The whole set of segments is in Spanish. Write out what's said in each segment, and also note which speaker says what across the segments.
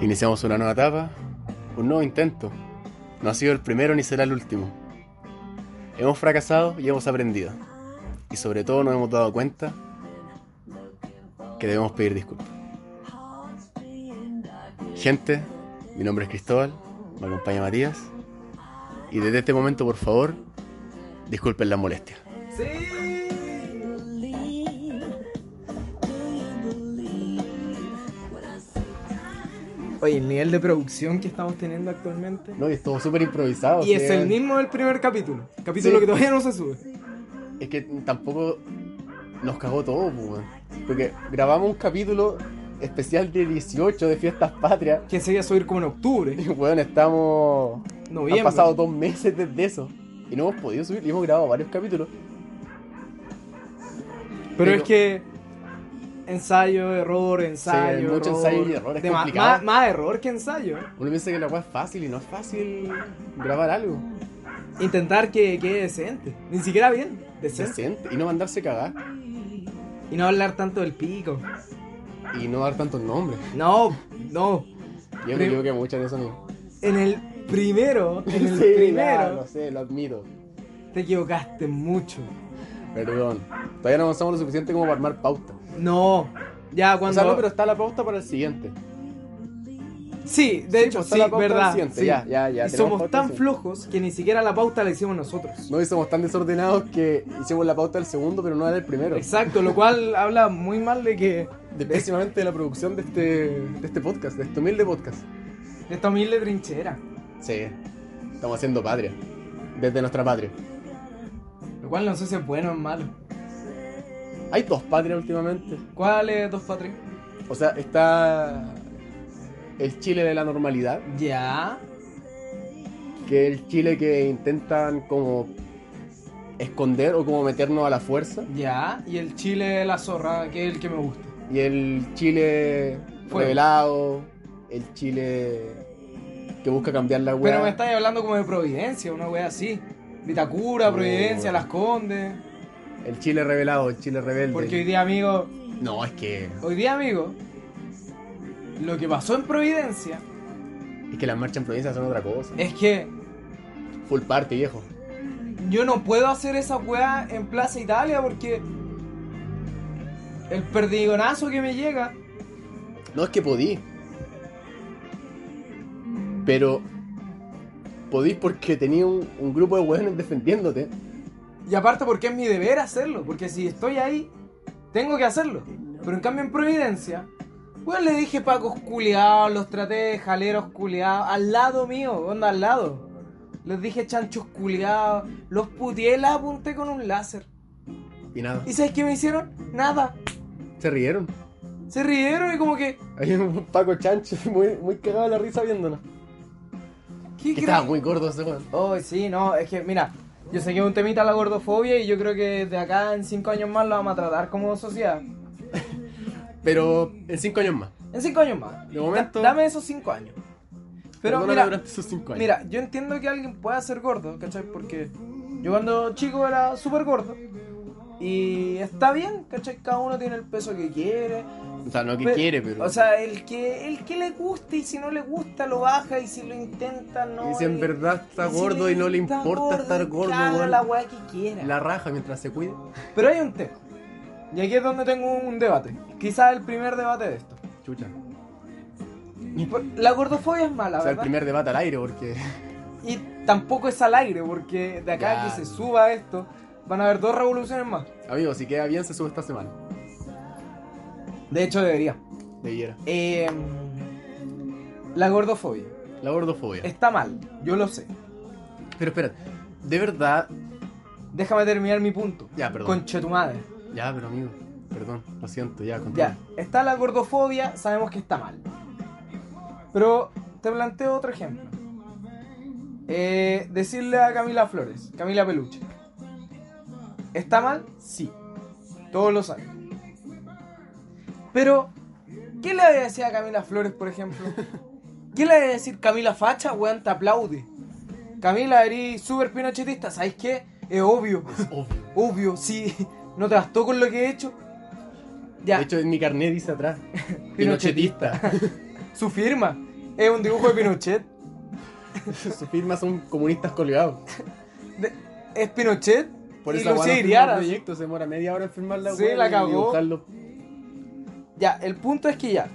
Speaker 1: Iniciamos una nueva etapa, un nuevo intento. No ha sido el primero ni será el último. Hemos fracasado y hemos aprendido. Y sobre todo nos hemos dado cuenta que debemos pedir disculpas. Gente, mi nombre es Cristóbal, me acompaña Matías. Y desde este momento, por favor, disculpen las molestias.
Speaker 2: Oye, el nivel de producción que estamos teniendo actualmente.
Speaker 1: No, y estuvo súper improvisado.
Speaker 2: Y
Speaker 1: o
Speaker 2: es
Speaker 1: sea,
Speaker 2: el mismo del primer capítulo. Capítulo
Speaker 1: Sí.
Speaker 2: que todavía no se sube.
Speaker 1: Es que tampoco nos cagó todo, pues, weón. Porque grabamos un capítulo especial de 18 de Fiestas Patrias.
Speaker 2: Que se iba a subir como en octubre,
Speaker 1: Y, weón, estamos.
Speaker 2: noviembre.
Speaker 1: Han pasado dos meses desde eso. Y no hemos podido subir. Y hemos grabado varios capítulos.
Speaker 2: Pero es
Speaker 1: Pero-
Speaker 2: que ensayo, error, ensayo.
Speaker 1: Sí, mucho
Speaker 2: error.
Speaker 1: ensayo y error, es
Speaker 2: De ma-
Speaker 1: complicado.
Speaker 2: Más, más error que ensayo. ¿eh?
Speaker 1: Uno piensa que la weá es fácil y no es fácil grabar algo.
Speaker 2: Intentar que quede decente. Ni siquiera bien. Decente.
Speaker 1: Decente. Y no mandarse cagar.
Speaker 2: Y no hablar tanto del pico.
Speaker 1: Y no dar tantos nombres.
Speaker 2: No, no.
Speaker 1: Yo me
Speaker 2: Pero-
Speaker 1: equivoqué mucho en eso, amigo.
Speaker 2: En el primero, en el
Speaker 1: Sí, ya,
Speaker 2: primero,
Speaker 1: lo sé, lo admito.
Speaker 2: te equivocaste mucho.
Speaker 1: Perdón. Todavía no avanzamos lo suficiente como para armar pauta.
Speaker 2: No. Ya
Speaker 1: O
Speaker 2: cuando.
Speaker 1: sea, no, pero está la pauta para el siguiente.
Speaker 2: Sí, de
Speaker 1: Sí,
Speaker 2: hecho,
Speaker 1: pues,
Speaker 2: sí,
Speaker 1: está la pauta
Speaker 2: verdad.
Speaker 1: reciente,
Speaker 2: sí.
Speaker 1: ya, ya, ya,
Speaker 2: Y
Speaker 1: tenemos
Speaker 2: somos
Speaker 1: pauta
Speaker 2: tan
Speaker 1: reciente.
Speaker 2: flojos que ni siquiera la pauta la hicimos nosotros.
Speaker 1: No, y somos tan desordenados que hicimos la pauta del segundo, pero no era el primero.
Speaker 2: Exacto, lo cual habla muy mal de que
Speaker 1: De pésimamente de la producción de este, de este podcast, de este humilde podcast.
Speaker 2: de esta humilde trinchera.
Speaker 1: Sí, estamos haciendo patria. Desde nuestra patria.
Speaker 2: Lo cual no sé si es bueno o es malo.
Speaker 1: Hay dos patrias últimamente.
Speaker 2: ¿Cuál es dos patrias?
Speaker 1: O sea, está el Chile de la normalidad,
Speaker 2: Ya.
Speaker 1: que es el Chile que intentan como esconder o como meternos a la fuerza.
Speaker 2: Ya. Y el chile de la zorra, que es el que me gusta.
Speaker 1: Y el Chile
Speaker 2: Fuego.
Speaker 1: revelado, el Chile que busca cambiar la
Speaker 2: Pero
Speaker 1: web.
Speaker 2: me estáis hablando como de Providencia, una wea así. Vitacura,
Speaker 1: No.
Speaker 2: Providencia, Las Condes.
Speaker 1: El Chile revelado, el Chile rebelde.
Speaker 2: Porque hoy día, amigo,
Speaker 1: No, es que.
Speaker 2: hoy día, amigo, lo que pasó en Providencia
Speaker 1: Es que las marchas en provincia son otra cosa.
Speaker 2: es que
Speaker 1: Full party, viejo.
Speaker 2: Yo no puedo hacer esa weá en Plaza Italia porque el perdigonazo que me llega.
Speaker 1: No es que podí. Pero podí porque tenía un, un grupo de hueones defendiéndote.
Speaker 2: Y aparte porque es mi deber hacerlo, porque si estoy ahí, tengo que hacerlo. Pero en cambio en Providencia, weón le dije pacos culiados, los traté de jaleros culiados, al lado mío, onda al lado. Les dije chanchos culiados, los puteé, la apunté con un láser.
Speaker 1: Y nada.
Speaker 2: ¿Y sabes qué me hicieron? Nada.
Speaker 1: Se rieron.
Speaker 2: Se rieron y como que...
Speaker 1: Había un Paco Chancho muy, muy cagado de la risa viéndonos.
Speaker 2: ¿Qué
Speaker 1: Que
Speaker 2: crees?
Speaker 1: estaba muy gordo ese weón.
Speaker 2: Oh, sí, no, es que, mira, yo sé que es un temita la gordofobia y yo creo que de acá en cinco años más lo vamos a tratar como sociedad.
Speaker 1: Pero en cinco años más.
Speaker 2: En cinco años más.
Speaker 1: De momento-
Speaker 2: Da- dame esos cinco años. Pero
Speaker 1: Perdóname
Speaker 2: mira,
Speaker 1: durante esos cinco años.
Speaker 2: mira, yo entiendo que alguien pueda ser gordo, ¿cachai? Porque yo cuando chico era súper gordo. Y está bien, ¿cachai? Cada uno tiene el peso que quiere.
Speaker 1: O sea, no que
Speaker 2: Pe-
Speaker 1: quiere, pero.
Speaker 2: O sea, el que, el que le guste y si no le gusta lo baja y si lo intenta no...
Speaker 1: y si en
Speaker 2: y-
Speaker 1: verdad está
Speaker 2: y si
Speaker 1: gordo y no le importa estar gordo,
Speaker 2: que haga
Speaker 1: weón,
Speaker 2: la weá que quiera.
Speaker 1: la raja mientras se cuide.
Speaker 2: Pero hay un tema. Y aquí es donde tengo un debate. Quizás el primer debate de esto.
Speaker 1: Chucha.
Speaker 2: Por- La gordofobia es mala,
Speaker 1: o sea, el
Speaker 2: ¿verdad?
Speaker 1: primer debate al aire, porque.
Speaker 2: Y tampoco es al aire, porque de acá
Speaker 1: Ya.
Speaker 2: que se suba esto, van a haber dos revoluciones más.
Speaker 1: Amigo, si queda bien, se sube esta semana.
Speaker 2: De hecho, debería.
Speaker 1: Debiera.
Speaker 2: Eh, La gordofobia.
Speaker 1: La gordofobia.
Speaker 2: Está mal, yo lo sé.
Speaker 1: Pero espérate, de verdad.
Speaker 2: Déjame terminar mi punto.
Speaker 1: Ya, perdón.
Speaker 2: Conche tu madre.
Speaker 1: Ya, pero amigo, perdón, lo siento, ya, continúa.
Speaker 2: Ya, está la gordofobia, sabemos que está mal. Pero te planteo otro ejemplo. Eh, decirle a Camila Flores, Camila Peluche. ¿Está mal? Sí. Todos lo saben. Pero, ¿qué le voy a decir a Camila Flores, por ejemplo? ¿Qué le voy a decir Camila Facha, weón, te aplaude? Camila, eres súper pinochetista, ¿sabes qué? Es obvio.
Speaker 1: Obvio.
Speaker 2: Obvio, sí. No te bastó con lo que he hecho. Ya,
Speaker 1: De hecho, en mi carnet dice atrás.
Speaker 2: Pinochetista.
Speaker 1: Pinochetista.
Speaker 2: su firma es un dibujo de Pinochet.
Speaker 1: Sus firmas son comunistas colgados.
Speaker 2: De- es Pinochet
Speaker 1: Por
Speaker 2: y
Speaker 1: eso
Speaker 2: Lucía
Speaker 1: el
Speaker 2: Iriaras.
Speaker 1: proyecto se demora media hora en firmar la
Speaker 2: Sí,
Speaker 1: web
Speaker 2: la
Speaker 1: y
Speaker 2: cagó.
Speaker 1: dibujarlo.
Speaker 2: Ya, el punto es que ya.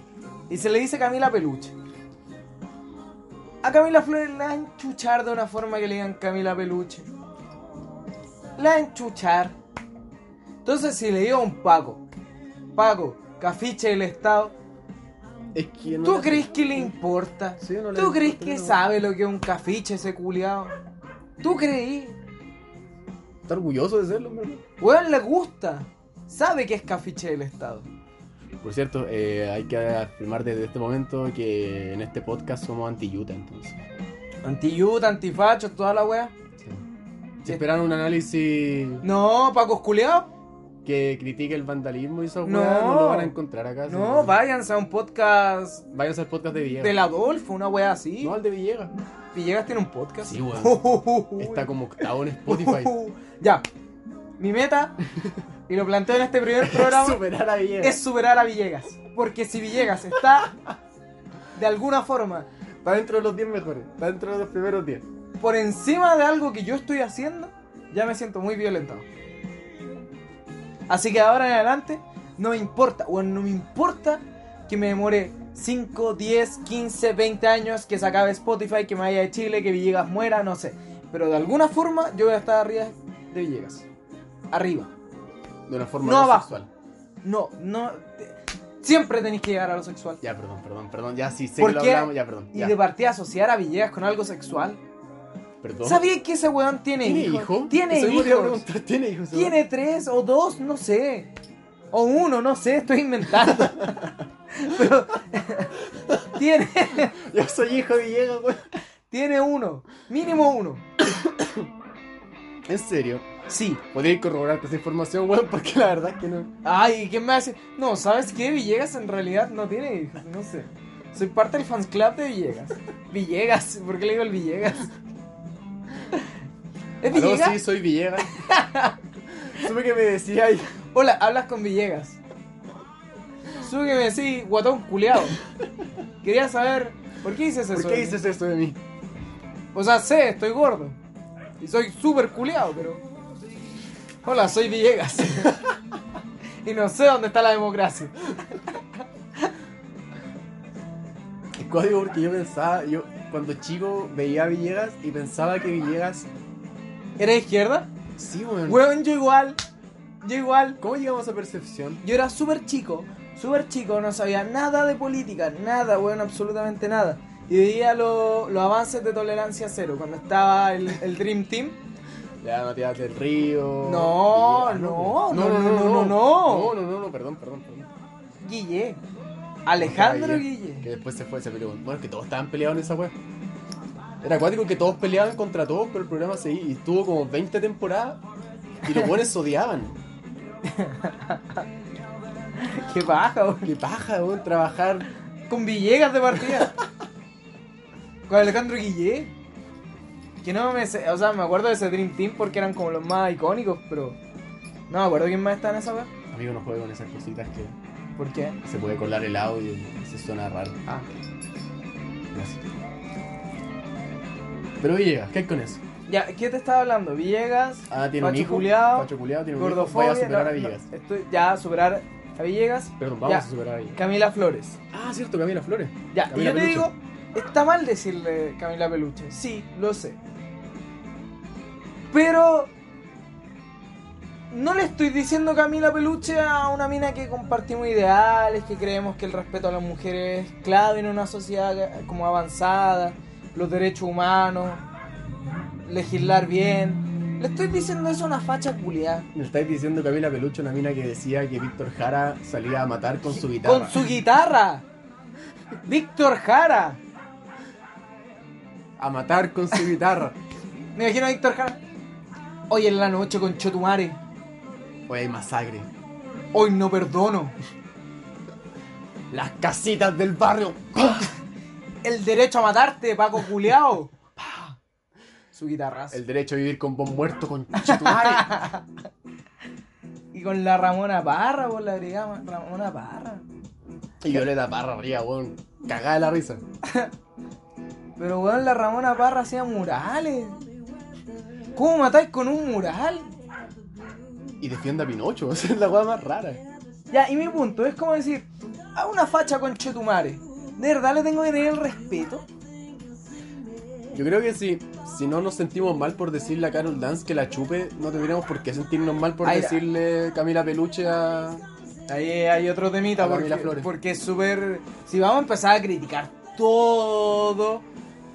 Speaker 2: Y se le dice Camila Peluche. A Camila Flores la va a enchuchar de una forma que le digan Camila Peluche. La va a enchuchar. Entonces si le digo a un Paco, Paco, cafiche del Estado,
Speaker 1: Es que no
Speaker 2: ¿Tú
Speaker 1: le-
Speaker 2: crees que le importa?
Speaker 1: Sí, no le
Speaker 2: ¿Tú crees
Speaker 1: importa,
Speaker 2: que
Speaker 1: no.
Speaker 2: sabe lo que es un cafiche ese culiado? ¿Tú creí?
Speaker 1: Está orgulloso de serlo, hermano.
Speaker 2: Weón le gusta. Sabe que es cafiche del Estado.
Speaker 1: Por cierto, eh, hay que afirmar desde este momento que en este podcast somos anti-Utah, entonces.
Speaker 2: Antiyuta, antifacho, toda la wea.
Speaker 1: Sí. Si esperan un análisis
Speaker 2: No, Paco culiados.
Speaker 1: que critique el vandalismo y esa weá,
Speaker 2: No.
Speaker 1: no. lo van a encontrar acá.
Speaker 2: No,
Speaker 1: vaya
Speaker 2: váyanse a un podcast
Speaker 1: Váyanse al podcast de Villegas.
Speaker 2: del Adolfo, una wea así.
Speaker 1: No, al de Villegas.
Speaker 2: Villegas tiene un podcast.
Speaker 1: Sí, weón.
Speaker 2: Uy.
Speaker 1: Está como octavo en Spotify.
Speaker 2: Uy. Ya. Mi meta, y lo planteo en este primer programa,
Speaker 1: Superar a Villegas.
Speaker 2: es superar a Villegas. Porque si Villegas está de alguna forma
Speaker 1: Está dentro de los 10 mejores. Está dentro de los primeros 10.
Speaker 2: por encima de algo que yo estoy haciendo, ya me siento muy violentado. Así que ahora en adelante, no me importa, o no me importa que me demore 5, 10, 15, 20 años, que se acabe Spotify, que me vaya de Chile, que Villegas muera, no sé. Pero de alguna forma yo voy a estar arriba de Villegas. Arriba.
Speaker 1: De una forma
Speaker 2: No
Speaker 1: no,
Speaker 2: abajo.
Speaker 1: sexual.
Speaker 2: No, no. te- siempre tenéis que llegar a lo sexual.
Speaker 1: Ya, perdón, perdón, perdón. Ya, sí, sé
Speaker 2: ¿Por
Speaker 1: que lo
Speaker 2: qué?
Speaker 1: hablamos. Ya, perdón.
Speaker 2: Y
Speaker 1: Ya,
Speaker 2: de partida asociar a Villegas con algo sexual.
Speaker 1: perdón.
Speaker 2: ¿Sabías que ese weón tiene,
Speaker 1: ¿Tiene
Speaker 2: hijos?
Speaker 1: hijo?
Speaker 2: Tiene
Speaker 1: Eso mismo te iba a
Speaker 2: hijos.
Speaker 1: preguntar, ¿Tiene hijo? seguro?
Speaker 2: Tiene tres o dos, no sé. O uno, no sé, estoy inventando. Pero tiene,
Speaker 1: Yo soy hijo de Villegas, weón.
Speaker 2: tiene uno, mínimo uno.
Speaker 1: En serio.
Speaker 2: Sí.
Speaker 1: Podrías corroborar esa información, weón, porque la verdad es que no.
Speaker 2: Ay, ¿qué me hace? No, ¿sabes qué? Villegas en realidad no tiene hijos, no sé. Soy parte del fans club de Villegas. Villegas, ¿por qué le digo el Villegas? ¿Es
Speaker 1: Aló,
Speaker 2: Villegas?
Speaker 1: sí, soy Villegas. Supe que me decía ahí.
Speaker 2: Hola, hablas con Villegas. Súbeme así, guatón culeado. Quería saber, ¿por qué dices eso?
Speaker 1: ¿Por qué
Speaker 2: de mí?
Speaker 1: dices eso de mí?
Speaker 2: O sea, sé, estoy gordo. Y soy súper culeado, pero. Hola, soy Villegas. y no sé dónde está la democracia.
Speaker 1: El código porque yo pensaba, yo cuando chico veía a Villegas y pensaba que Villegas.
Speaker 2: ¿Eres izquierda?
Speaker 1: Sí, weón.
Speaker 2: Weón, yo igual. Yo igual.
Speaker 1: ¿Cómo llegamos a esa percepción?
Speaker 2: Yo era súper chico, súper chico, no sabía nada de política, nada, weón, absolutamente nada. Y veía lo- los avances de tolerancia cero cuando estaba el, el Dream Team.
Speaker 1: Ya, Matías del Río.
Speaker 2: No,
Speaker 1: Villegas,
Speaker 2: no,
Speaker 1: weón.
Speaker 2: no, no, no, no, no.
Speaker 1: No, no, no, no, perdón, perdón, perdón.
Speaker 2: Guille. Alejandro
Speaker 1: Ah, Que
Speaker 2: Guille.
Speaker 1: después se fue, se peleó. Bueno, que todos estaban peleados en esa wea. Era acuático que todos peleaban contra todos, pero el programa seguía y tuvo como 20 temporadas y los buenos se odiaban.
Speaker 2: Qué baja, weón.
Speaker 1: Qué paja, weón, trabajar.
Speaker 2: Con Villegas de partida. con Alejandro Guillé. Que no me sé- o sea, me acuerdo de ese Dream Team porque eran como los más icónicos, pero no me acuerdo quién más está en esa web.
Speaker 1: Amigo, no juego con esas cositas que
Speaker 2: ¿Por qué?
Speaker 1: se puede colar el audio y se suena raro.
Speaker 2: Ah.
Speaker 1: Gracias. Pero Villegas, ¿qué hay con eso?
Speaker 2: Ya, ¿qué te estaba hablando? Villegas,
Speaker 1: Ah, tiene un
Speaker 2: Pacho
Speaker 1: hijo.
Speaker 2: Culeado,
Speaker 1: Pacho Culeado tiene un hijo.
Speaker 2: Gordofobia.
Speaker 1: Voy a superar
Speaker 2: no,
Speaker 1: a Villegas.
Speaker 2: no, estoy- ya, superar a Villegas.
Speaker 1: Perdón, vamos
Speaker 2: Ya.
Speaker 1: a superar a Villegas.
Speaker 2: Camila Flores.
Speaker 1: Ah, cierto, Camila Flores.
Speaker 2: Ya,
Speaker 1: Camila
Speaker 2: y yo te
Speaker 1: Peluche.
Speaker 2: digo, está mal decirle Camila Peluche. Sí, lo sé. Pero no le estoy diciendo Camila Peluche a una mina que compartimos ideales, que creemos que el respeto a las mujeres es clave en una sociedad como avanzada, los derechos humanos, legislar bien. Le estoy diciendo eso a una facha culiada.
Speaker 1: Me estáis diciendo Camila Peluche, una mina que decía que Víctor Jara salía a matar con su guitarra.
Speaker 2: Con su guitarra. Víctor Jara.
Speaker 1: A matar con su guitarra.
Speaker 2: Me imagino a Víctor Jara. Hoy en la noche con Chotumare.
Speaker 1: Oye, hay masacre.
Speaker 2: Hoy no perdono.
Speaker 1: Las casitas del barrio.
Speaker 2: El derecho a matarte, Paco Culeao. Su guitarrazo.
Speaker 1: El derecho a vivir con vos muerto con Chetumare.
Speaker 2: Y con la Ramona Parra, por la brigada Ramona Parra.
Speaker 1: y Violeta Parra arriba, weón. Cagada de la risa.
Speaker 2: Pero weón, la Ramona Parra hacía murales. ¿Cómo matáis con un mural?
Speaker 1: Y defienda a Pinocho, esa es la weá más rara.
Speaker 2: Ya, y mi punto es como decir, a una facha con Chetumare. ¿De verdad le tengo que tener el respeto?
Speaker 1: Yo creo que si, si no nos sentimos mal por decirle a Carol Dance que la chupe, no tendríamos por qué sentirnos mal por
Speaker 2: Ay,
Speaker 1: decirle Camila Peluche a.
Speaker 2: Ahí hay otro temita
Speaker 1: A Camila
Speaker 2: porque,
Speaker 1: Flores.
Speaker 2: porque es súper... Si vamos a empezar a criticar todo,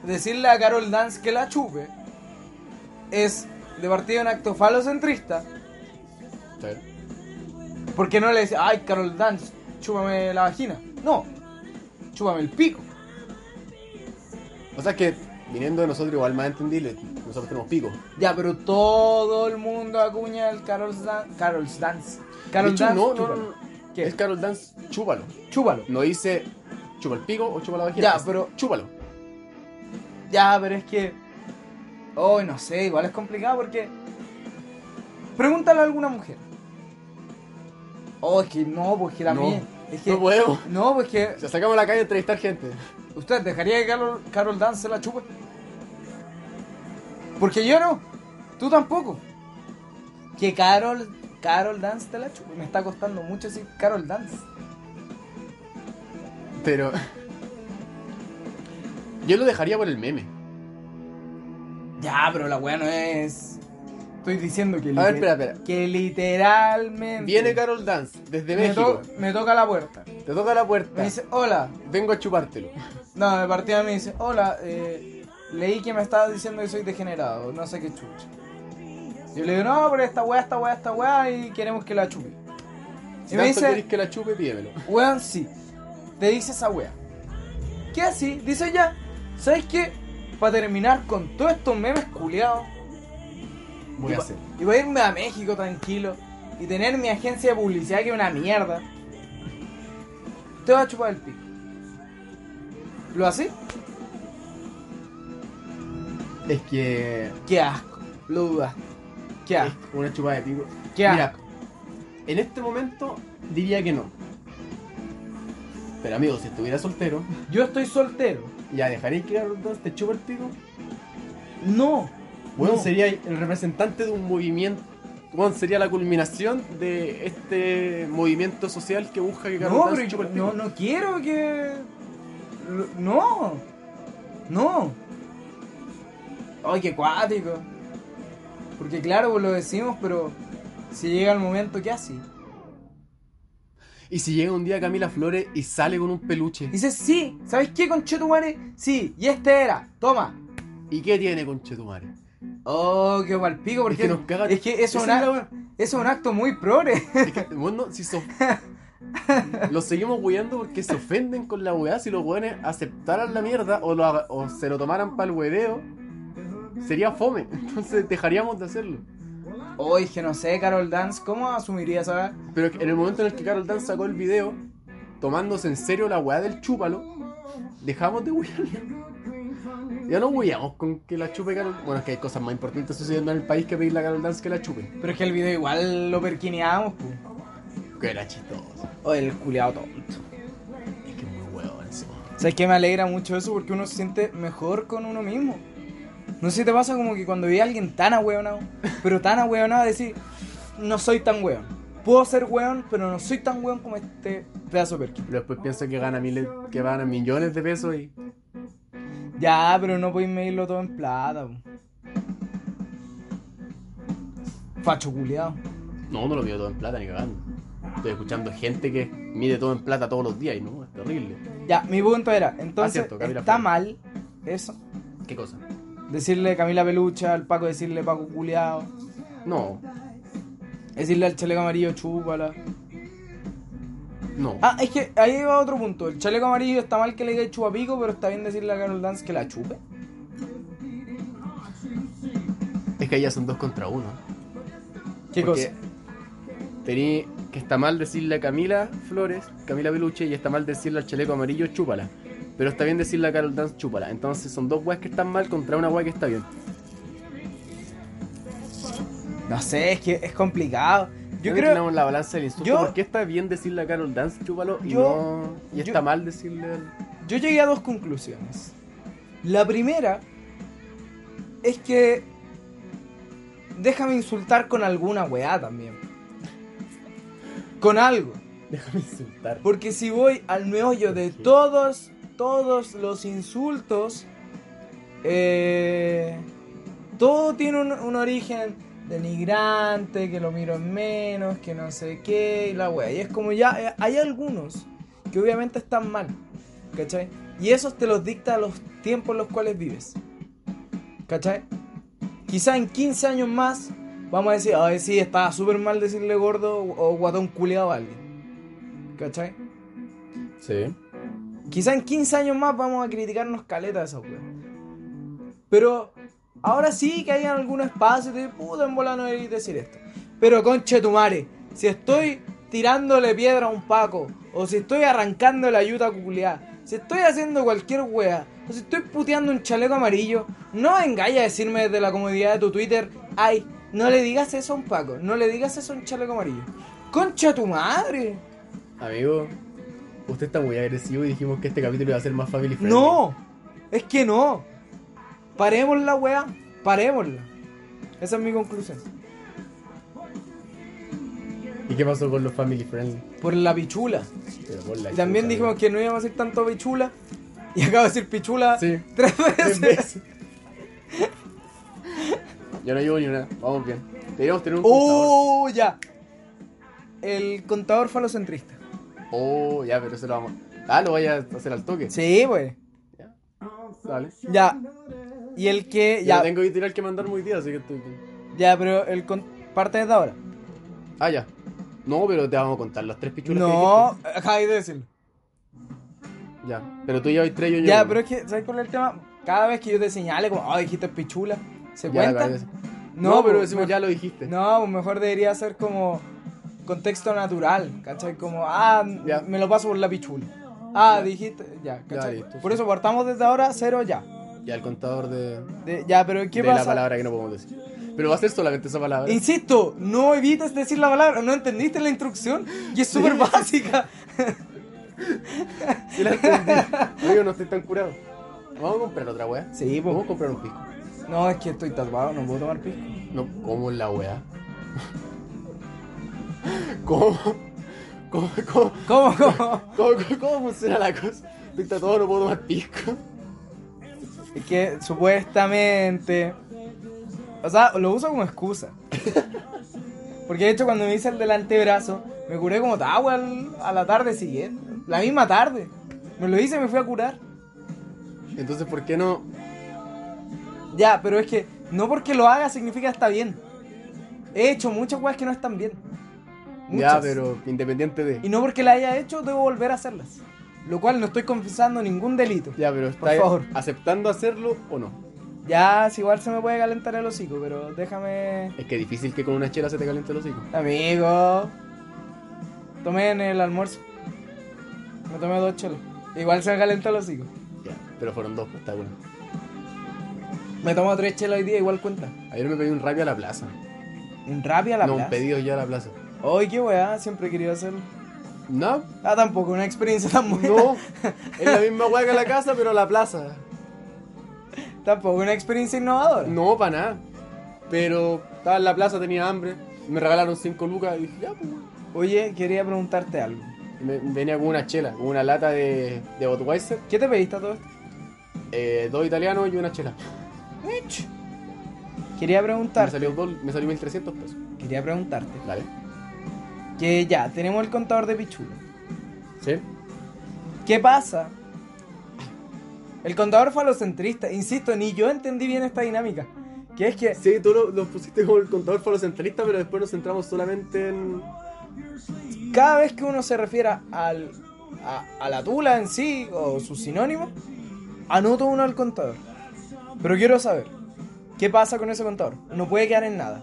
Speaker 2: decirle a Carol Dance que la chupe es de partida un acto falocentrista. Porque no le dice, ay, Carol Dance, chúpame la vagina. No, chúpame el pico.
Speaker 1: O sea que, viniendo de nosotros, igual más entendible. Nosotros tenemos pico.
Speaker 2: Ya, pero todo el mundo acuña el Carol's, Dan- Carol's Dance.
Speaker 1: De
Speaker 2: Carol
Speaker 1: hecho,
Speaker 2: Dance.
Speaker 1: no, no,
Speaker 2: chúpalo.
Speaker 1: no, no.
Speaker 2: ¿Qué?
Speaker 1: Es Carol Dance, chúpalo.
Speaker 2: Chúpalo.
Speaker 1: No dice chupa el pico o chupa la vagina.
Speaker 2: Ya,
Speaker 1: es
Speaker 2: pero-
Speaker 1: Chúpalo.
Speaker 2: Ya, pero es que. Oh, no sé, igual es complicado porque. Pregúntale a alguna mujer. Oh, es que no, pues que también. es que,
Speaker 1: No podemos.
Speaker 2: no, pues que.
Speaker 1: Si la sacamos a la calle a entrevistar gente.
Speaker 2: ¿Usted dejaría que Carol, Carol Dance se la chupe? Porque yo no. Tú tampoco. Que Carol, Carol Dance te la chupe. Me está costando mucho decir Carol Dance.
Speaker 1: Pero. Yo lo dejaría por el meme.
Speaker 2: Ya, pero la weá no es. Estoy diciendo que,
Speaker 1: A ver,
Speaker 2: liter-
Speaker 1: espera, espera.
Speaker 2: que literalmente.
Speaker 1: Viene Carol Dance desde
Speaker 2: me,
Speaker 1: México.
Speaker 2: to- me toca la puerta.
Speaker 1: Te toca la puerta.
Speaker 2: Me dice, hola.
Speaker 1: Vengo a chupártelo.
Speaker 2: No, de partida me dice, hola. eh, leí que me estabas diciendo que soy degenerado. No sé qué chucha. Yo le digo, no, pero esta weá, esta weá, esta weá. Y queremos que la chupe.
Speaker 1: Si
Speaker 2: Y me
Speaker 1: tanto
Speaker 2: dice,
Speaker 1: querés que la chupe, pídemelo.
Speaker 2: weón, sí. Te dice esa weá. ¿Qué así? Dice ya. ¿Sabes qué? Para terminar con todos estos memes culiados.
Speaker 1: Voy
Speaker 2: y
Speaker 1: a
Speaker 2: pa-
Speaker 1: hacer.
Speaker 2: Y voy a irme a México tranquilo. Y tener mi agencia de publicidad que es una mierda. Te va a chupar el pico. ¿Lo así?
Speaker 1: Es que.
Speaker 2: Qué asco. Lo dudas. Qué
Speaker 1: Es
Speaker 2: asco.
Speaker 1: una chupada de pico.
Speaker 2: Qué
Speaker 1: Mira,
Speaker 2: asco.
Speaker 1: en este momento diría que no. Pero amigo, si estuviera soltero,
Speaker 2: Yo estoy soltero.
Speaker 1: ya dejaréis que Carol Dance te chupa el pico.
Speaker 2: No.
Speaker 1: Bueno,
Speaker 2: No.
Speaker 1: sería el representante de un movimiento. Bueno, sería la culminación de este movimiento social que busca que Carol
Speaker 2: No,
Speaker 1: Dance
Speaker 2: pero
Speaker 1: chupe
Speaker 2: yo-
Speaker 1: el pico.
Speaker 2: no, no quiero que. lo- No. No. Ay, qué cuático. Porque claro, pues lo decimos, pero si llega el momento, ¿qué así?
Speaker 1: Y si llega un día Camila Flores y sale con un peluche,
Speaker 2: Dice, sí, ¿sabes qué, conchetumare? Sí, y este era, toma.
Speaker 1: ¿y qué tiene con Chetumare?
Speaker 2: Oh, qué palpico, porque
Speaker 1: Es que nos caga-
Speaker 2: es que eso es, un
Speaker 1: Esa es
Speaker 2: ac-
Speaker 1: la wea.
Speaker 2: eso es un acto muy progre.
Speaker 1: Es que, bueno, si so... Los seguimos weando porque se ofenden con la weá. Si los weones aceptaran la mierda o, lo haga- o se lo tomaran para el hueveo, sería fome. Entonces dejaríamos de hacerlo.
Speaker 2: Oh, es que no sé, Carol Dance, ¿cómo asumiría esa
Speaker 1: Pero en el momento en el que Carol Dance sacó el video, tomándose en serio la weá del chúpalo, dejamos de wearla. Ya no weamos con que la chupe Carol. Bueno, es que hay cosas más importantes sucediendo en el país que pedirle a Carol Dance que la chupe.
Speaker 2: Pero es que el video igual lo perquineamos, pues.
Speaker 1: Que era chistoso.
Speaker 2: Oh, el culiado tonto.
Speaker 1: Es que es muy weón ese weón.
Speaker 2: ¿Sabes qué? Me alegra mucho eso porque uno se siente mejor con uno mismo. No sé si te pasa como que cuando vi a alguien tan ahueonado, pero tan ahueonado, decir, no soy tan hueón. Puedo ser hueón, pero no soy tan hueón como este pedazo de perkin.
Speaker 1: Pero después piensa que gana miles, que gana millones de pesos y.
Speaker 2: Ya, pero no podéis medirlo todo en plata. po. Facho culiado.
Speaker 1: No, no lo mido todo en plata ni cagando. Estoy escuchando gente que mide todo en plata todos los días y no, es terrible.
Speaker 2: Ya, mi punto era, entonces,
Speaker 1: Ah, cierto, Camila
Speaker 2: ¿está
Speaker 1: Flores.
Speaker 2: mal eso?
Speaker 1: ¿Qué cosa?
Speaker 2: Decirle Camila Pelucha, al Paco decirle Paco culiao,
Speaker 1: No,
Speaker 2: decirle al chaleco amarillo chúpala.
Speaker 1: no.
Speaker 2: Ah, es que ahí va otro punto. El chaleco amarillo está mal que le diga chupapico, pero está bien decirle a Carol Dance que la chupe.
Speaker 1: Es que allá son dos contra uno.
Speaker 2: ¿Qué
Speaker 1: Porque
Speaker 2: cosa?
Speaker 1: Tení que está mal decirle a Camila Flores, Camila Peluche, y está mal decirle al chaleco amarillo, chúpala. Pero está bien decirle a Carol Dance, chúpala. Entonces son dos weas que están mal contra una wea que está bien.
Speaker 2: No sé, es que es complicado. Yo
Speaker 1: Yo
Speaker 2: creo.
Speaker 1: la balanza del insulto.
Speaker 2: yo-
Speaker 1: ¿Por qué está bien decirle a Carol Dance, chúpalo? Y,
Speaker 2: yo-
Speaker 1: no, y
Speaker 2: yo-
Speaker 1: está mal decirle al...
Speaker 2: Yo llegué a dos conclusiones. La primera es que. Déjame insultar con alguna weá también. Con algo.
Speaker 1: Déjame insultar.
Speaker 2: Porque si voy al meollo de todos, todos los insultos, eh, todo tiene un, un origen denigrante, que lo miro en menos, que no sé qué, y la wea. Y es como ya, eh, hay algunos que obviamente están mal, ¿cachai? Y esos te los dicta los tiempos en los cuales vives, ¿cachai? Quizá en 15 años más vamos a decir, ay sí, estaba súper mal decirle gordo o guatón culeado a alguien, ¿cachai?
Speaker 1: Sí.
Speaker 2: Quizá en 15 años más vamos a criticarnos caleta de esa wea. Pero ahora sí que hay algún espacio de puta en bola no debí decir esto. Pero conche tu madre, si estoy tirándole piedra a un paco, o si estoy arrancando la ayuda culiá, si estoy haciendo cualquier wea, o si estoy puteando un chaleco amarillo, no vengáis a decirme desde la comodidad de tu Twitter, ay, no le digas eso a un paco, no le digas eso a un chaleco amarillo. Concha tu madre.
Speaker 1: Amigo, usted está muy agresivo y dijimos que este capítulo iba a ser más family friendly.
Speaker 2: No, es que no. Parémosla, weá. Parémosla. Esa es mi conclusión.
Speaker 1: ¿Y qué pasó con los family friendly?
Speaker 2: Por la pichula.
Speaker 1: Pero por la
Speaker 2: Y también
Speaker 1: chucha,
Speaker 2: dijimos
Speaker 1: amigo.
Speaker 2: que no íbamos a decir tanto pichula. Y acabo de decir pichula
Speaker 1: Sí.
Speaker 2: tres
Speaker 1: Tres
Speaker 2: veces.
Speaker 1: veces. Yo no llevo ni una. Vamos bien. Deberíamos tener un contador.
Speaker 2: ¡Oh, ya! El contador falocentrista.
Speaker 1: Oh, ya, pero eso lo vamos. Ah, lo vaya a hacer al toque.
Speaker 2: Sí, wey.
Speaker 1: Ya. Dale.
Speaker 2: Ya. Y el que.
Speaker 1: Ya.
Speaker 2: Ya,
Speaker 1: tengo que tirar que mandar muy día, así que estoy.
Speaker 2: ya pero el con... parte desde ahora.
Speaker 1: Ah, ya. No, pero te vamos a contar las tres pichulas.
Speaker 2: No, acabáis de decirlo.
Speaker 1: que dijiste. Ya. Pero tú llevas tres y yo llevo
Speaker 2: Ya,
Speaker 1: una.
Speaker 2: pero es que, ¿sabes cuál es el tema? Cada vez que yo te señale, como, oh, dijiste pichula, ¿se
Speaker 1: Ya, la
Speaker 2: cuenta?
Speaker 1: acabas de decir.
Speaker 2: No,
Speaker 1: No, pero
Speaker 2: pues,
Speaker 1: decimos,
Speaker 2: me-
Speaker 1: ya lo dijiste.
Speaker 2: No, pues mejor debería ser como contexto natural, ¿cachai? Como, ah, n-
Speaker 1: Ya.
Speaker 2: me lo paso por la pichula. Ah, dijiste, ya, ¿cachai?
Speaker 1: listo,
Speaker 2: por
Speaker 1: sí.
Speaker 2: eso partamos desde ahora, cero ya.
Speaker 1: Ya el contador de,
Speaker 2: De- ya, pero ¿qué
Speaker 1: de
Speaker 2: pasa?
Speaker 1: la palabra que no podemos decir. Pero va a ser solamente esa palabra.
Speaker 2: Insisto, no evites decir la palabra, no entendiste la instrucción y es súper básica.
Speaker 1: Sí la entendí. Amigo, no estoy tan curado. Vamos a comprar otra weá.
Speaker 2: Sí,
Speaker 1: Vamos
Speaker 2: pues.
Speaker 1: a comprar un pisco.
Speaker 2: No, es que estoy tatuado, no puedo tomar pisco.
Speaker 1: No, ¿cómo la weá? ¿Cómo? ¿Cómo, cómo,
Speaker 2: ¿Cómo, cómo?
Speaker 1: cómo, cómo- cómo funciona la cosa? Estoy tatuado, no puedo tomar pisco.
Speaker 2: Es que supuestamente. O sea, lo uso como excusa. Porque de hecho, cuando me hice el del antebrazo, me curé como agua a la tarde siguiente. La misma tarde. Me lo hice y me fui a curar.
Speaker 1: Entonces, ¿por qué no?
Speaker 2: Ya, pero es que no porque lo haga significa está bien. He hecho muchas cosas que no están bien. Muchas.
Speaker 1: Ya, pero independiente de.
Speaker 2: Y no porque la haya hecho, debo volver a hacerlas. Lo cual no estoy confesando ningún delito.
Speaker 1: Ya, pero
Speaker 2: Por
Speaker 1: ¿estás
Speaker 2: favor.
Speaker 1: aceptando hacerlo o no?
Speaker 2: Ya, si igual se me puede calentar el hocico, pero déjame.
Speaker 1: Es que es difícil que con una chela se te caliente el hocico.
Speaker 2: Amigo, tomé en el almuerzo. Me tomé dos chelos. Igual se me calentó los hocico.
Speaker 1: Ya, pero fueron dos, pues, está bueno.
Speaker 2: Me tomo tres chelos hoy día, igual cuenta.
Speaker 1: Ayer me pedí un rabia a la plaza.
Speaker 2: Un rápido a la
Speaker 1: no,
Speaker 2: plaza.
Speaker 1: un pedido ya a la plaza.
Speaker 2: Ay, qué weá, siempre he querido hacerlo.
Speaker 1: No,
Speaker 2: Ah, tampoco, una experiencia tan buena.
Speaker 1: no. es la misma weá que la casa, pero a la plaza.
Speaker 2: Tampoco, una experiencia innovadora.
Speaker 1: No, para nada. Pero estaba en la plaza, tenía hambre. Me regalaron 5 lucas y dije, ya, pues. weón.
Speaker 2: Oye, quería preguntarte algo.
Speaker 1: Y me- venía con una chela, con una lata de, de Budweiser,
Speaker 2: ¿Qué te pediste a todo esto?
Speaker 1: eh, dos italianos y una chela.
Speaker 2: Mitch. Quería
Speaker 1: Me
Speaker 2: preguntarte.
Speaker 1: salió, dos- me salió 1300 pesos.
Speaker 2: Quería preguntarte.
Speaker 1: Dale.
Speaker 2: que ya, tenemos el contador de pichula.
Speaker 1: ¿Sí?
Speaker 2: ¿Qué pasa? El contador falocentrista, insisto, ni yo entendí bien esta dinámica. Que es que
Speaker 1: Sí, tú lo, lo pusiste como el contador falocentralista, pero después nos centramos solamente en.
Speaker 2: cada vez que uno se refiera al, a, a la tula en sí o sus sinónimos, anota uno al contador. Pero quiero saber, ¿qué pasa con ese contador? No puede quedar en nada.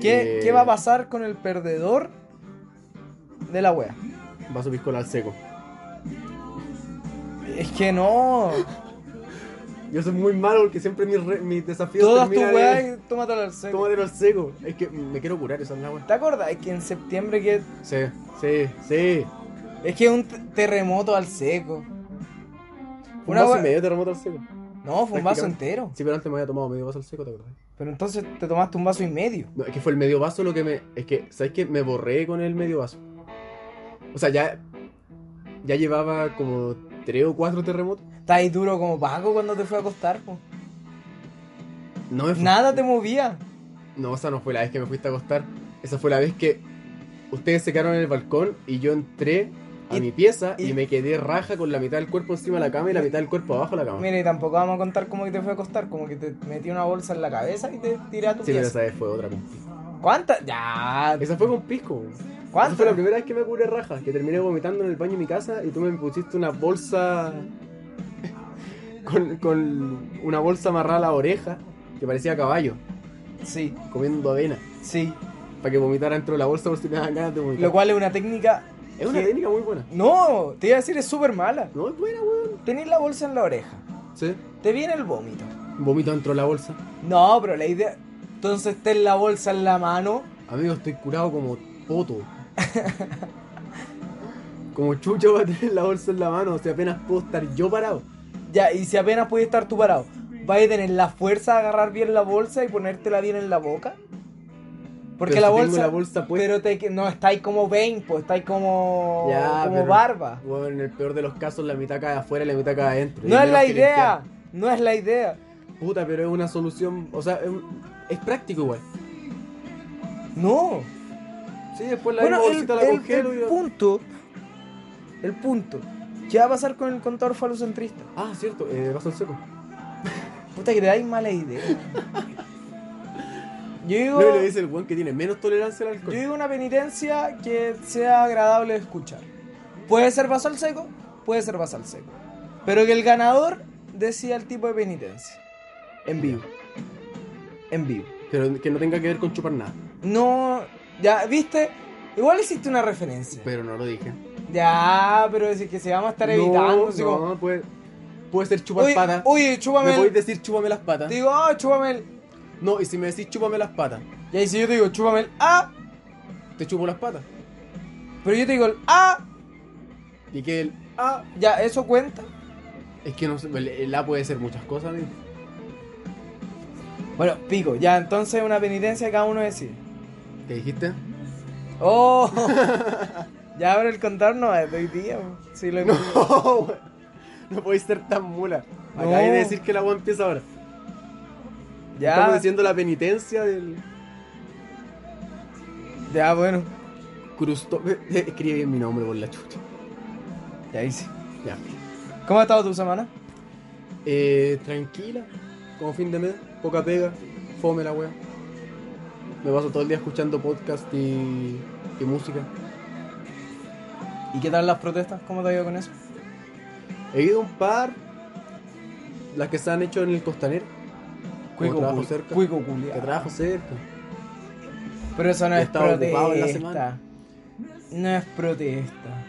Speaker 2: ¿Qué,
Speaker 1: Eh.
Speaker 2: qué va a pasar con el perdedor de la wea?
Speaker 1: Vaso piscola al seco.
Speaker 2: Es que no.
Speaker 1: Yo soy muy malo porque siempre mis, re- mis desafíos
Speaker 2: Todas tus
Speaker 1: terminan
Speaker 2: weas,
Speaker 1: en-
Speaker 2: y tómatelo al seco.
Speaker 1: Tómatelo al seco. Es que me quiero curar esa es la wea.
Speaker 2: ¿Te acordás que en septiembre que
Speaker 1: Sí, sí, sí.
Speaker 2: es que un te- terremoto al seco?
Speaker 1: Un
Speaker 2: Una
Speaker 1: vaso
Speaker 2: wea-
Speaker 1: y medio terremoto al seco.
Speaker 2: No, fue un vaso
Speaker 1: Prácticamente.
Speaker 2: entero.
Speaker 1: Sí, pero antes me había tomado medio vaso al seco, ¿te acordás?
Speaker 2: Pero entonces te tomaste un vaso y medio.
Speaker 1: No, es que fue el medio vaso lo que me. Es que, ¿sabes qué? Me borré con el medio vaso. O sea, ya. Ya llevaba como tres o cuatro terremotos.
Speaker 2: Estás ahí duro como Paco cuando te fue a acostar, po.
Speaker 1: No me fui-
Speaker 2: Nada te movía.
Speaker 1: No, esa no fue la vez que me fuiste a acostar. Esa fue la vez que ustedes se quedaron en el balcón y yo entré a
Speaker 2: Y-
Speaker 1: mi pieza y,
Speaker 2: y-
Speaker 1: me quedé raja con la mitad del cuerpo encima de la cama y la mitad del cuerpo abajo de la cama.
Speaker 2: Mira, y tampoco vamos a contar cómo que te fue a acostar, como que te metí una bolsa en la cabeza y te tiré a tu
Speaker 1: Sí, pero
Speaker 2: pieza.
Speaker 1: esa vez fue otra con pisco.
Speaker 2: ¿Cuántas? Ya.
Speaker 1: Esa fue con pisco. weón. Esa fue la
Speaker 2: ¿Cuántas?
Speaker 1: primera vez que me curé raja, que terminé vomitando en el baño de mi casa y tú me pusiste una bolsa. con, con una bolsa amarrada a la oreja que parecía caballo,
Speaker 2: Sí,
Speaker 1: comiendo avena,
Speaker 2: sí.
Speaker 1: para que vomitara dentro de la bolsa por si me daban ganas de vomitar.
Speaker 2: Lo cual es una técnica.
Speaker 1: es una
Speaker 2: que-
Speaker 1: técnica muy buena.
Speaker 2: No, te iba a decir, es súper mala.
Speaker 1: No, es buena, weón.
Speaker 2: Tenés la bolsa en la oreja.
Speaker 1: Sí.
Speaker 2: Te viene el vómito.
Speaker 1: Vomito dentro de la bolsa.
Speaker 2: No, pero la idea. Entonces ten la bolsa en la mano.
Speaker 1: Amigo, estoy curado como poto. como chucho va a tener la bolsa en la mano, o sea, apenas puedo estar yo parado.
Speaker 2: Ya, y si apenas puedes estar tú parado, vas a tener la fuerza de agarrar bien la bolsa y ponértela bien en la boca. Porque
Speaker 1: Pero
Speaker 2: la
Speaker 1: si tengo
Speaker 2: bolsa.
Speaker 1: la bolsa puesta.
Speaker 2: Pero te, que- no, está ahí como vein, pues está ahí como.
Speaker 1: Ya,
Speaker 2: como
Speaker 1: pero-
Speaker 2: barba.
Speaker 1: Bueno, en el peor de los casos, la mitad cae afuera y la mitad cae adentro. Y
Speaker 2: No es
Speaker 1: menos
Speaker 2: la
Speaker 1: que
Speaker 2: idea. No es la idea.
Speaker 1: limpiar. Puta, pero es una solución, o sea, es, un- es práctico igual.
Speaker 2: No.
Speaker 1: Sí, después la
Speaker 2: Bueno,
Speaker 1: misma
Speaker 2: el,
Speaker 1: bolsita la
Speaker 2: el-
Speaker 1: congelo
Speaker 2: el
Speaker 1: y...
Speaker 2: punto. El punto. ¿Qué va a pasar con el contador falocentrista?
Speaker 1: Ah, cierto, eh, vaso al seco.
Speaker 2: Puta que te dais mala idea. Yo digo.
Speaker 1: No, y lo dice el weón que tiene menos tolerancia al
Speaker 2: Yo
Speaker 1: alcohol.
Speaker 2: digo una penitencia que sea agradable de escuchar. Puede ser basal seco, puede ser basal seco. Pero que el ganador decida el tipo de penitencia. En vivo. En vivo.
Speaker 1: Pero que no tenga que ver con chupar nada.
Speaker 2: No, ya, viste. Igual hiciste una referencia.
Speaker 1: Pero no lo dije.
Speaker 2: Ya, pero decir que se vamos a estar evitando. así
Speaker 1: No,
Speaker 2: como,
Speaker 1: no, puede, puede ser chupar
Speaker 2: oye,
Speaker 1: patas.
Speaker 2: oye, chúpame
Speaker 1: Me
Speaker 2: el.
Speaker 1: podéis decir chúpame las patas.
Speaker 2: Te digo, ah, chúpame el.
Speaker 1: No, y si me decís chúpame las patas,
Speaker 2: Y ahí si yo te digo, chúpame el A,
Speaker 1: te chupo las patas.
Speaker 2: pero yo te digo el A,
Speaker 1: Y que el A.
Speaker 2: ya, eso cuenta.
Speaker 1: Es que no sé, el, el A puede ser muchas cosas, amigo.
Speaker 2: Bueno, pico, ya, entonces una penitencia que cada uno decide.
Speaker 1: ¿Qué dijiste?
Speaker 2: Oh, ya abre el contador no es de hoy día. po. Sí, lo
Speaker 1: No, weón. no podéis ser tan mula.
Speaker 2: No.
Speaker 1: Acabáis de decir que la agua empieza ahora.
Speaker 2: ya,
Speaker 1: Estamos diciendo la penitencia del
Speaker 2: ya, bueno,
Speaker 1: Crusto. Escribe bien mi nombre por la chucha.
Speaker 2: ya hice.
Speaker 1: Ya.
Speaker 2: ¿Cómo ha estado tu semana?
Speaker 1: Eh, tranquila, como fin de mes, poca pega, fome la wea. Me paso todo el día escuchando podcast y, y música.
Speaker 2: ¿Y qué tal las protestas? ¿Cómo te ha ido con eso?
Speaker 1: He ido a un par, las que se han hecho en el costanero. como trabajo
Speaker 2: culi-
Speaker 1: cerca.
Speaker 2: cuico culiao.
Speaker 1: Que trabajo cerca.
Speaker 2: Pero eso no
Speaker 1: He
Speaker 2: es
Speaker 1: estado ocupado en la
Speaker 2: protesta. No es protesta.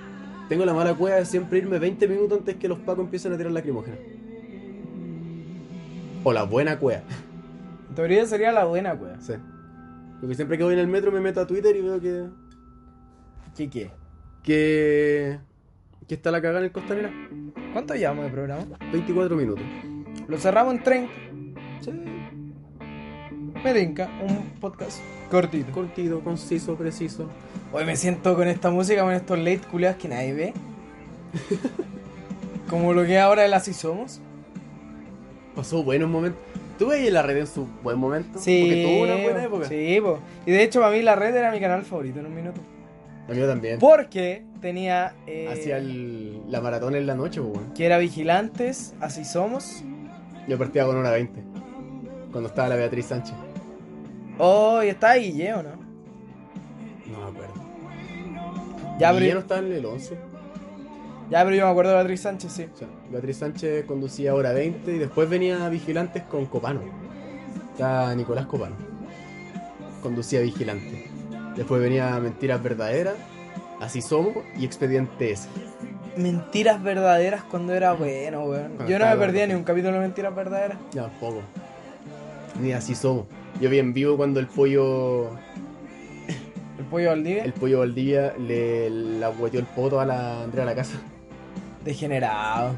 Speaker 1: Tengo la mala cueva de siempre irme 20 minutos antes que los pacos empiecen a tirar lacrimógenas. O la buena cueva.
Speaker 2: En teoría sería la buena, wea.
Speaker 1: Sí. Porque siempre que voy en el metro me meto a Twitter y veo que.
Speaker 2: ¿Qué qué?
Speaker 1: que. que está la cagada en el costanera.
Speaker 2: ¿Cuánto llevamos de programa?
Speaker 1: 24 minutos.
Speaker 2: Lo cerramos en 30.
Speaker 1: Sí.
Speaker 2: Me tinca, un podcast cortito.
Speaker 1: Cortito, conciso, preciso.
Speaker 2: Hoy me siento con esta música, con estos late culiados que nadie ve. Como lo que ahora el Así Somos.
Speaker 1: Pasó buenos momentos. ¿Tú ahí en la red en su buen momento?
Speaker 2: Sí.
Speaker 1: Porque tuvo una buena época.
Speaker 2: Sí, po. Y de hecho, para mí la red era mi canal favorito en un minuto.
Speaker 1: La mía también.
Speaker 2: Porque tenía. eh,
Speaker 1: Hacía el- la maratón en la noche, pues, weón.
Speaker 2: Que era Vigilantes, así somos.
Speaker 1: Yo partía con una 20. Cuando estaba la Beatriz Sánchez.
Speaker 2: Oh, y está Guille, ¿o no?
Speaker 1: No me acuerdo.
Speaker 2: Ya,
Speaker 1: ¿Y
Speaker 2: pero,
Speaker 1: no estaba en el 11.
Speaker 2: ya, pero yo me acuerdo de Beatriz Sánchez, sí.
Speaker 1: O sea, Beatriz Sánchez conducía hora 20 y después venía Vigilantes con Copano. Está Nicolás Copano. Conducía Vigilantes. Después venía Mentiras Verdaderas, Así Somos y Expediente S.
Speaker 2: Mentiras verdaderas cuando era bueno, weón.
Speaker 1: Cuando
Speaker 2: Yo no
Speaker 1: estaba
Speaker 2: me perdía
Speaker 1: bueno.
Speaker 2: ni un capítulo de Mentiras verdaderas.
Speaker 1: Ya, poco. Ni Así Somos. Yo vi en vivo cuando el pollo
Speaker 2: El pollo Valdivia.
Speaker 1: el pollo Valdivia le la hueteó el poto a la Andrea la casa.
Speaker 2: Degenerado.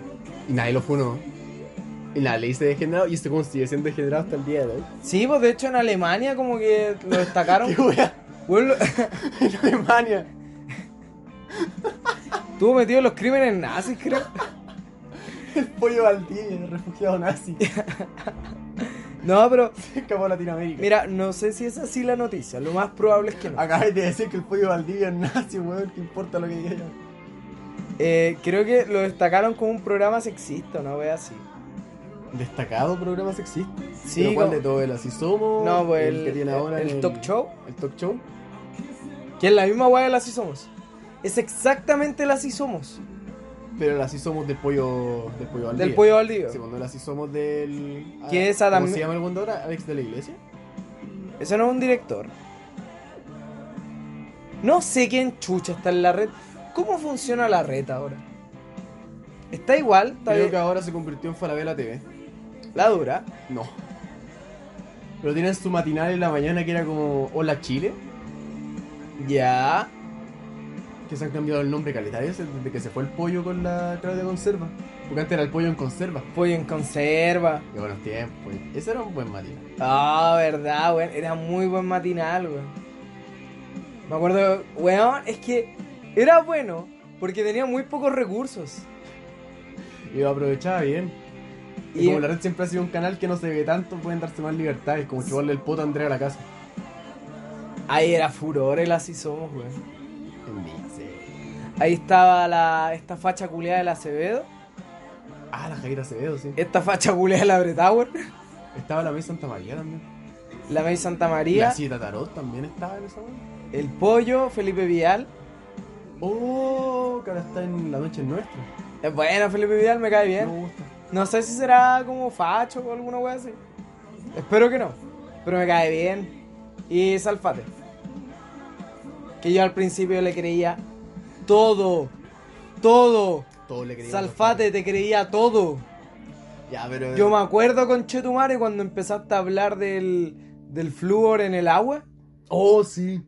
Speaker 1: Y nadie lo funó. Y nada, le hice degenerado y este como sigue siendo degenerado hasta el día de hoy.
Speaker 2: Sí, pues de hecho en Alemania como que lo destacaron.
Speaker 1: ¡Qué wea!
Speaker 2: Weón, lo-
Speaker 1: En Alemania.
Speaker 2: Estuvo metido en los crímenes nazis, creo.
Speaker 1: El pollo Valdivia, refugiado nazi.
Speaker 2: No, pero
Speaker 1: Se escapó a Latinoamérica.
Speaker 2: mira, no sé si es así la noticia. Lo más probable es que no.
Speaker 1: Acabas de decir que el pollo Valdivia es nazi, weón. ¿Qué importa lo que diga yo?
Speaker 2: Eh, creo que lo destacaron como un programa sexista, no ve así.
Speaker 1: Destacado programa sexista.
Speaker 2: Sí,
Speaker 1: Pero ¿cuál
Speaker 2: como-
Speaker 1: de todo el así somos?
Speaker 2: No, pues
Speaker 1: el,
Speaker 2: el,
Speaker 1: que tiene ahora
Speaker 2: el
Speaker 1: en
Speaker 2: talk show,
Speaker 1: El talk show.
Speaker 2: que es la misma weá del Así Somos. Es exactamente el Así Somos
Speaker 1: Pero el así somos del pollo. Del pollo Valdivia.
Speaker 2: del Pollo Valdivio.
Speaker 1: Sí, cuando el así somos del.
Speaker 2: Que
Speaker 1: ah,
Speaker 2: esa
Speaker 1: ¿Cómo
Speaker 2: también-
Speaker 1: se llama el buen de ahora? Alex de la iglesia.
Speaker 2: Ese no es un director. No sé quién chucha está en la red. ¿Cómo funciona la red ahora? Está igual, está
Speaker 1: Creo
Speaker 2: bien.
Speaker 1: que ahora se convirtió en Falabella TV.
Speaker 2: La dura.
Speaker 1: No. Pero tienen su matinal en la mañana que era como Hola Chile,
Speaker 2: Ya.
Speaker 1: que se han cambiado el nombre caleta de veces desde que se fue el pollo con la Claudia Conserva. Porque antes era el pollo en conserva.
Speaker 2: Pollo en conserva.
Speaker 1: Qué buenos tiempos. Ese era un buen matinal.
Speaker 2: Ah, verdad, weón. Era muy buen matinal, weón. Me acuerdo, weón, es que era bueno porque tenía muy pocos recursos.
Speaker 1: Y lo aprovechaba bien. Y
Speaker 2: Y-
Speaker 1: como la red siempre ha sido un canal que no se ve tanto, pueden darse más libertades, como chuparle el poto a Andrea a la casa.
Speaker 2: Ahí era furor el Así Somos, weón.
Speaker 1: En mí, sí.
Speaker 2: Ahí estaba la, esta facha culiada del Acevedo.
Speaker 1: Ah, la Jaira Acevedo, sí.
Speaker 2: Esta facha culiada de la Bretower.
Speaker 1: Estaba la May Santa María también.
Speaker 2: La May Santa
Speaker 1: Y la
Speaker 2: María.
Speaker 1: Cita Tarot también estaba en esa weá.
Speaker 2: El Pollo, Felipe Vidal.
Speaker 1: Oh, que ahora está en la noche nuestra.
Speaker 2: Es Eh, bueno, Felipe Vidal me cae
Speaker 1: Me
Speaker 2: bien.
Speaker 1: gusta.
Speaker 2: No sé si será como facho o alguna wea así. Espero que no. Pero me cae bien. Y Salfate. Que yo al principio le creía todo. Todo.
Speaker 1: Todo le quería.
Speaker 2: Salfate, te creía todo.
Speaker 1: Ya, pero.
Speaker 2: Yo me acuerdo con Chetumare cuando empezaste a hablar del, del flúor en el agua.
Speaker 1: Oh, sí.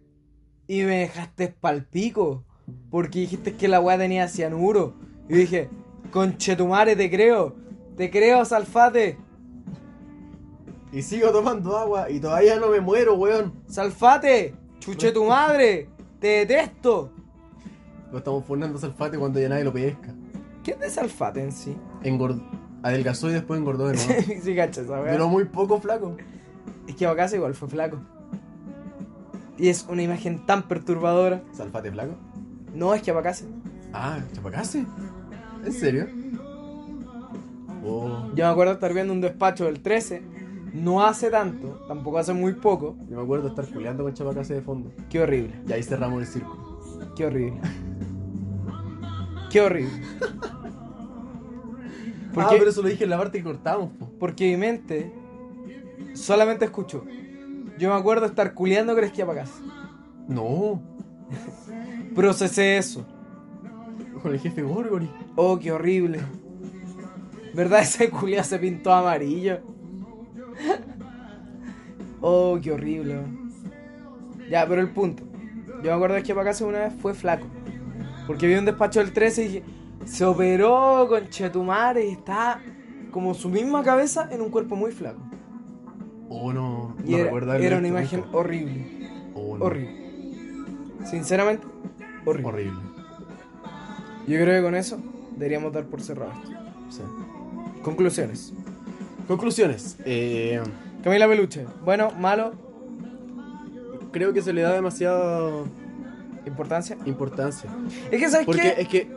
Speaker 2: Y me dejaste palpico. Porque dijiste que la weá tenía cianuro. Y dije, conchetumare, te creo. Te creo, Salfate.
Speaker 1: Y sigo tomando agua y todavía no me muero, weón.
Speaker 2: Salfate, chuche tu madre. Te detesto.
Speaker 1: Lo estamos funando a Salfate cuando ya nadie lo pesca.
Speaker 2: ¿Qué es de Salfate en sí?
Speaker 1: Engordó. Adelgazó y después engordó de nuevo.
Speaker 2: sí, cacha esa weá.
Speaker 1: Duró muy poco flaco.
Speaker 2: Es que Bacasa igual fue flaco. Y es una imagen tan perturbadora.
Speaker 1: ¿Salfate flaco?
Speaker 2: No, es que Bacasa.
Speaker 1: Ah, ¿chapacase? ¿En serio? Oh.
Speaker 2: Yo me acuerdo estar viendo un despacho del 13. No hace tanto, tampoco hace muy poco.
Speaker 1: Yo me acuerdo estar culeando con Chapacase de fondo.
Speaker 2: Qué horrible.
Speaker 1: Y ahí cerramos el círculo.
Speaker 2: Qué horrible. Qué horrible.
Speaker 1: ah,
Speaker 2: Porque,
Speaker 1: pero eso lo dije en la parte que cortamos, po.
Speaker 2: porque mi mente solamente escuchó. Yo me acuerdo estar culeando Cresquia para casa.
Speaker 1: No.
Speaker 2: Procesé eso.
Speaker 1: Con el jefe Gorgori.
Speaker 2: Oh, qué horrible. ¿Verdad? Ese culiao se pintó amarillo. Oh, qué horrible. weón. Ya, pero el punto. Yo me acuerdo que para casa una vez fue flaco. Porque vi un despacho del 13 y dije, se operó con Chetumare y está como su misma cabeza en un cuerpo muy flaco.
Speaker 1: Oh, no.
Speaker 2: Y
Speaker 1: no
Speaker 2: era,
Speaker 1: recuerdo haberlo
Speaker 2: era una
Speaker 1: visto
Speaker 2: imagen
Speaker 1: nunca.
Speaker 2: horrible.
Speaker 1: Oh, no.
Speaker 2: Horrible. Sinceramente, horrible.
Speaker 1: Horrible.
Speaker 2: Yo creo que con eso deberíamos dar por cerrado esto.
Speaker 1: Sí.
Speaker 2: Conclusiones.
Speaker 1: Conclusiones. Eh,
Speaker 2: Camila Peluche, bueno, malo,
Speaker 1: creo que se le da demasiado
Speaker 2: Importancia.
Speaker 1: Importancia.
Speaker 2: Es que, ¿sabes
Speaker 1: Porque
Speaker 2: qué?
Speaker 1: es que.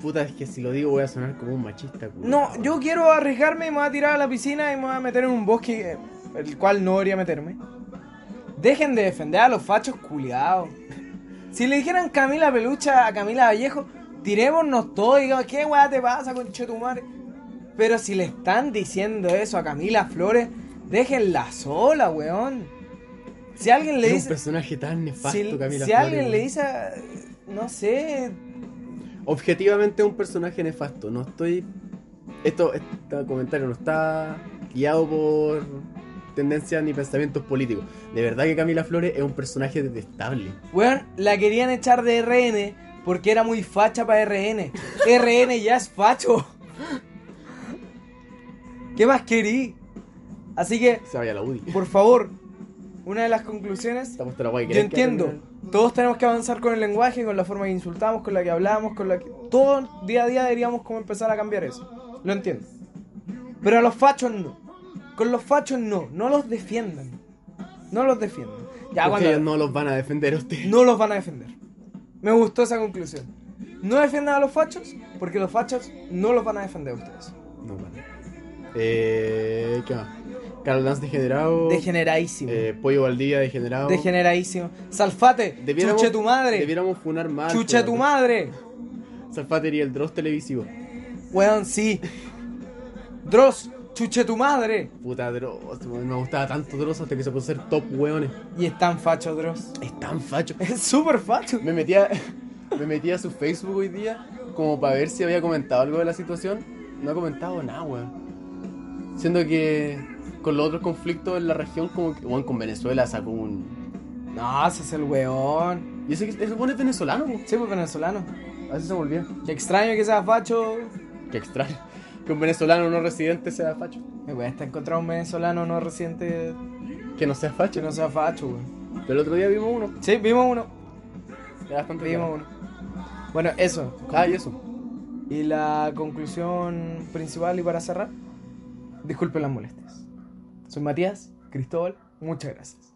Speaker 1: Puta, es que si lo digo voy a sonar como un machista,
Speaker 2: No,
Speaker 1: culiao.
Speaker 2: yo quiero arriesgarme y me voy a tirar a la piscina y me voy a meter en un bosque eh, el cual no debería meterme. Dejen de defender a los fachos culiados. Si le dijeran Camila Pelucha a Camila Vallejo, tirémonos todos y digamos, ¿qué weá te pasa con Chetumare? Pero si le están diciendo eso a Camila Flores, déjenla sola, weón. Si alguien le
Speaker 1: Es un
Speaker 2: dice.
Speaker 1: personaje tan nefasto,
Speaker 2: Si,
Speaker 1: Camila
Speaker 2: si alguien
Speaker 1: Flores,
Speaker 2: le
Speaker 1: weón.
Speaker 2: dice. No sé.
Speaker 1: Objetivamente es un personaje nefasto. No estoy. Esto, este comentario no está guiado por tendencias ni pensamientos políticos. De verdad que Camila Flores es un personaje detestable.
Speaker 2: Weón, la querían echar de RN porque era muy facha para RN. RN ya es facho. ¿Qué más querí? Así que,
Speaker 1: Se vaya a la UDI.
Speaker 2: por favor, una de las conclusiones.
Speaker 1: Estamos la guay,
Speaker 2: Yo
Speaker 1: ¿querés que
Speaker 2: entiendo.
Speaker 1: hable?
Speaker 2: Todos tenemos que avanzar con el lenguaje, con la forma que insultamos, con la que hablamos, con la que. Todo día a día deberíamos como empezar a cambiar eso. Lo entiendo. Pero a los fachos no. Con los fachos no. No los defiendan. No los defiendan. Ya
Speaker 1: Porque
Speaker 2: cuando.
Speaker 1: ellos no los van a defender a ustedes.
Speaker 2: No los van a defender. Me gustó esa conclusión. No defiendan a los fachos porque los fachos no los van a defender a ustedes.
Speaker 1: No, vale. Eh, ¿Qué más? Carlos Lanz degenerado.
Speaker 2: Degeneradísimo.
Speaker 1: eh, Pollo Valdivia degenerado.
Speaker 2: Degeneradísimo. Salfate,
Speaker 1: Debiéramos-
Speaker 2: chuche tu madre.
Speaker 1: Debiéramos funar más.
Speaker 2: Chuche tu madre.
Speaker 1: Salfater y el Dross televisivo.
Speaker 2: Weón, sí. Dross, chuche tu madre.
Speaker 1: Puta Dross, weón, me gustaba tanto Dross hasta que se puso a ser top weones.
Speaker 2: Y es tan facho, Dross.
Speaker 1: Es tan facho.
Speaker 2: Es súper facho.
Speaker 1: Me metía, me metía a su Facebook hoy día como para ver si había comentado algo de la situación. No ha comentado nada, weón. Siendo que con los otros conflictos en la región, como que, weón, con Venezuela sacó un...
Speaker 2: No, ese es el weón.
Speaker 1: Y ese, ese weón es venezolano, weón.
Speaker 2: Sí, pues venezolano.
Speaker 1: Así se volvía.
Speaker 2: Qué extraño que sea facho.
Speaker 1: Qué extraño. Que un venezolano no residente sea facho.
Speaker 2: Me cuesta encontrar un venezolano no reciente
Speaker 1: Que no sea
Speaker 2: que
Speaker 1: facho,
Speaker 2: no sea facho, weón.
Speaker 1: Pero el otro día vimos uno.
Speaker 2: Sí, vimos uno.
Speaker 1: Era bastante
Speaker 2: Vimos uno. Bueno, eso.
Speaker 1: raro. Ah, y eso.
Speaker 2: Y la conclusión principal y para cerrar, disculpen las molestias. Soy Matías, Cristóbal, muchas gracias.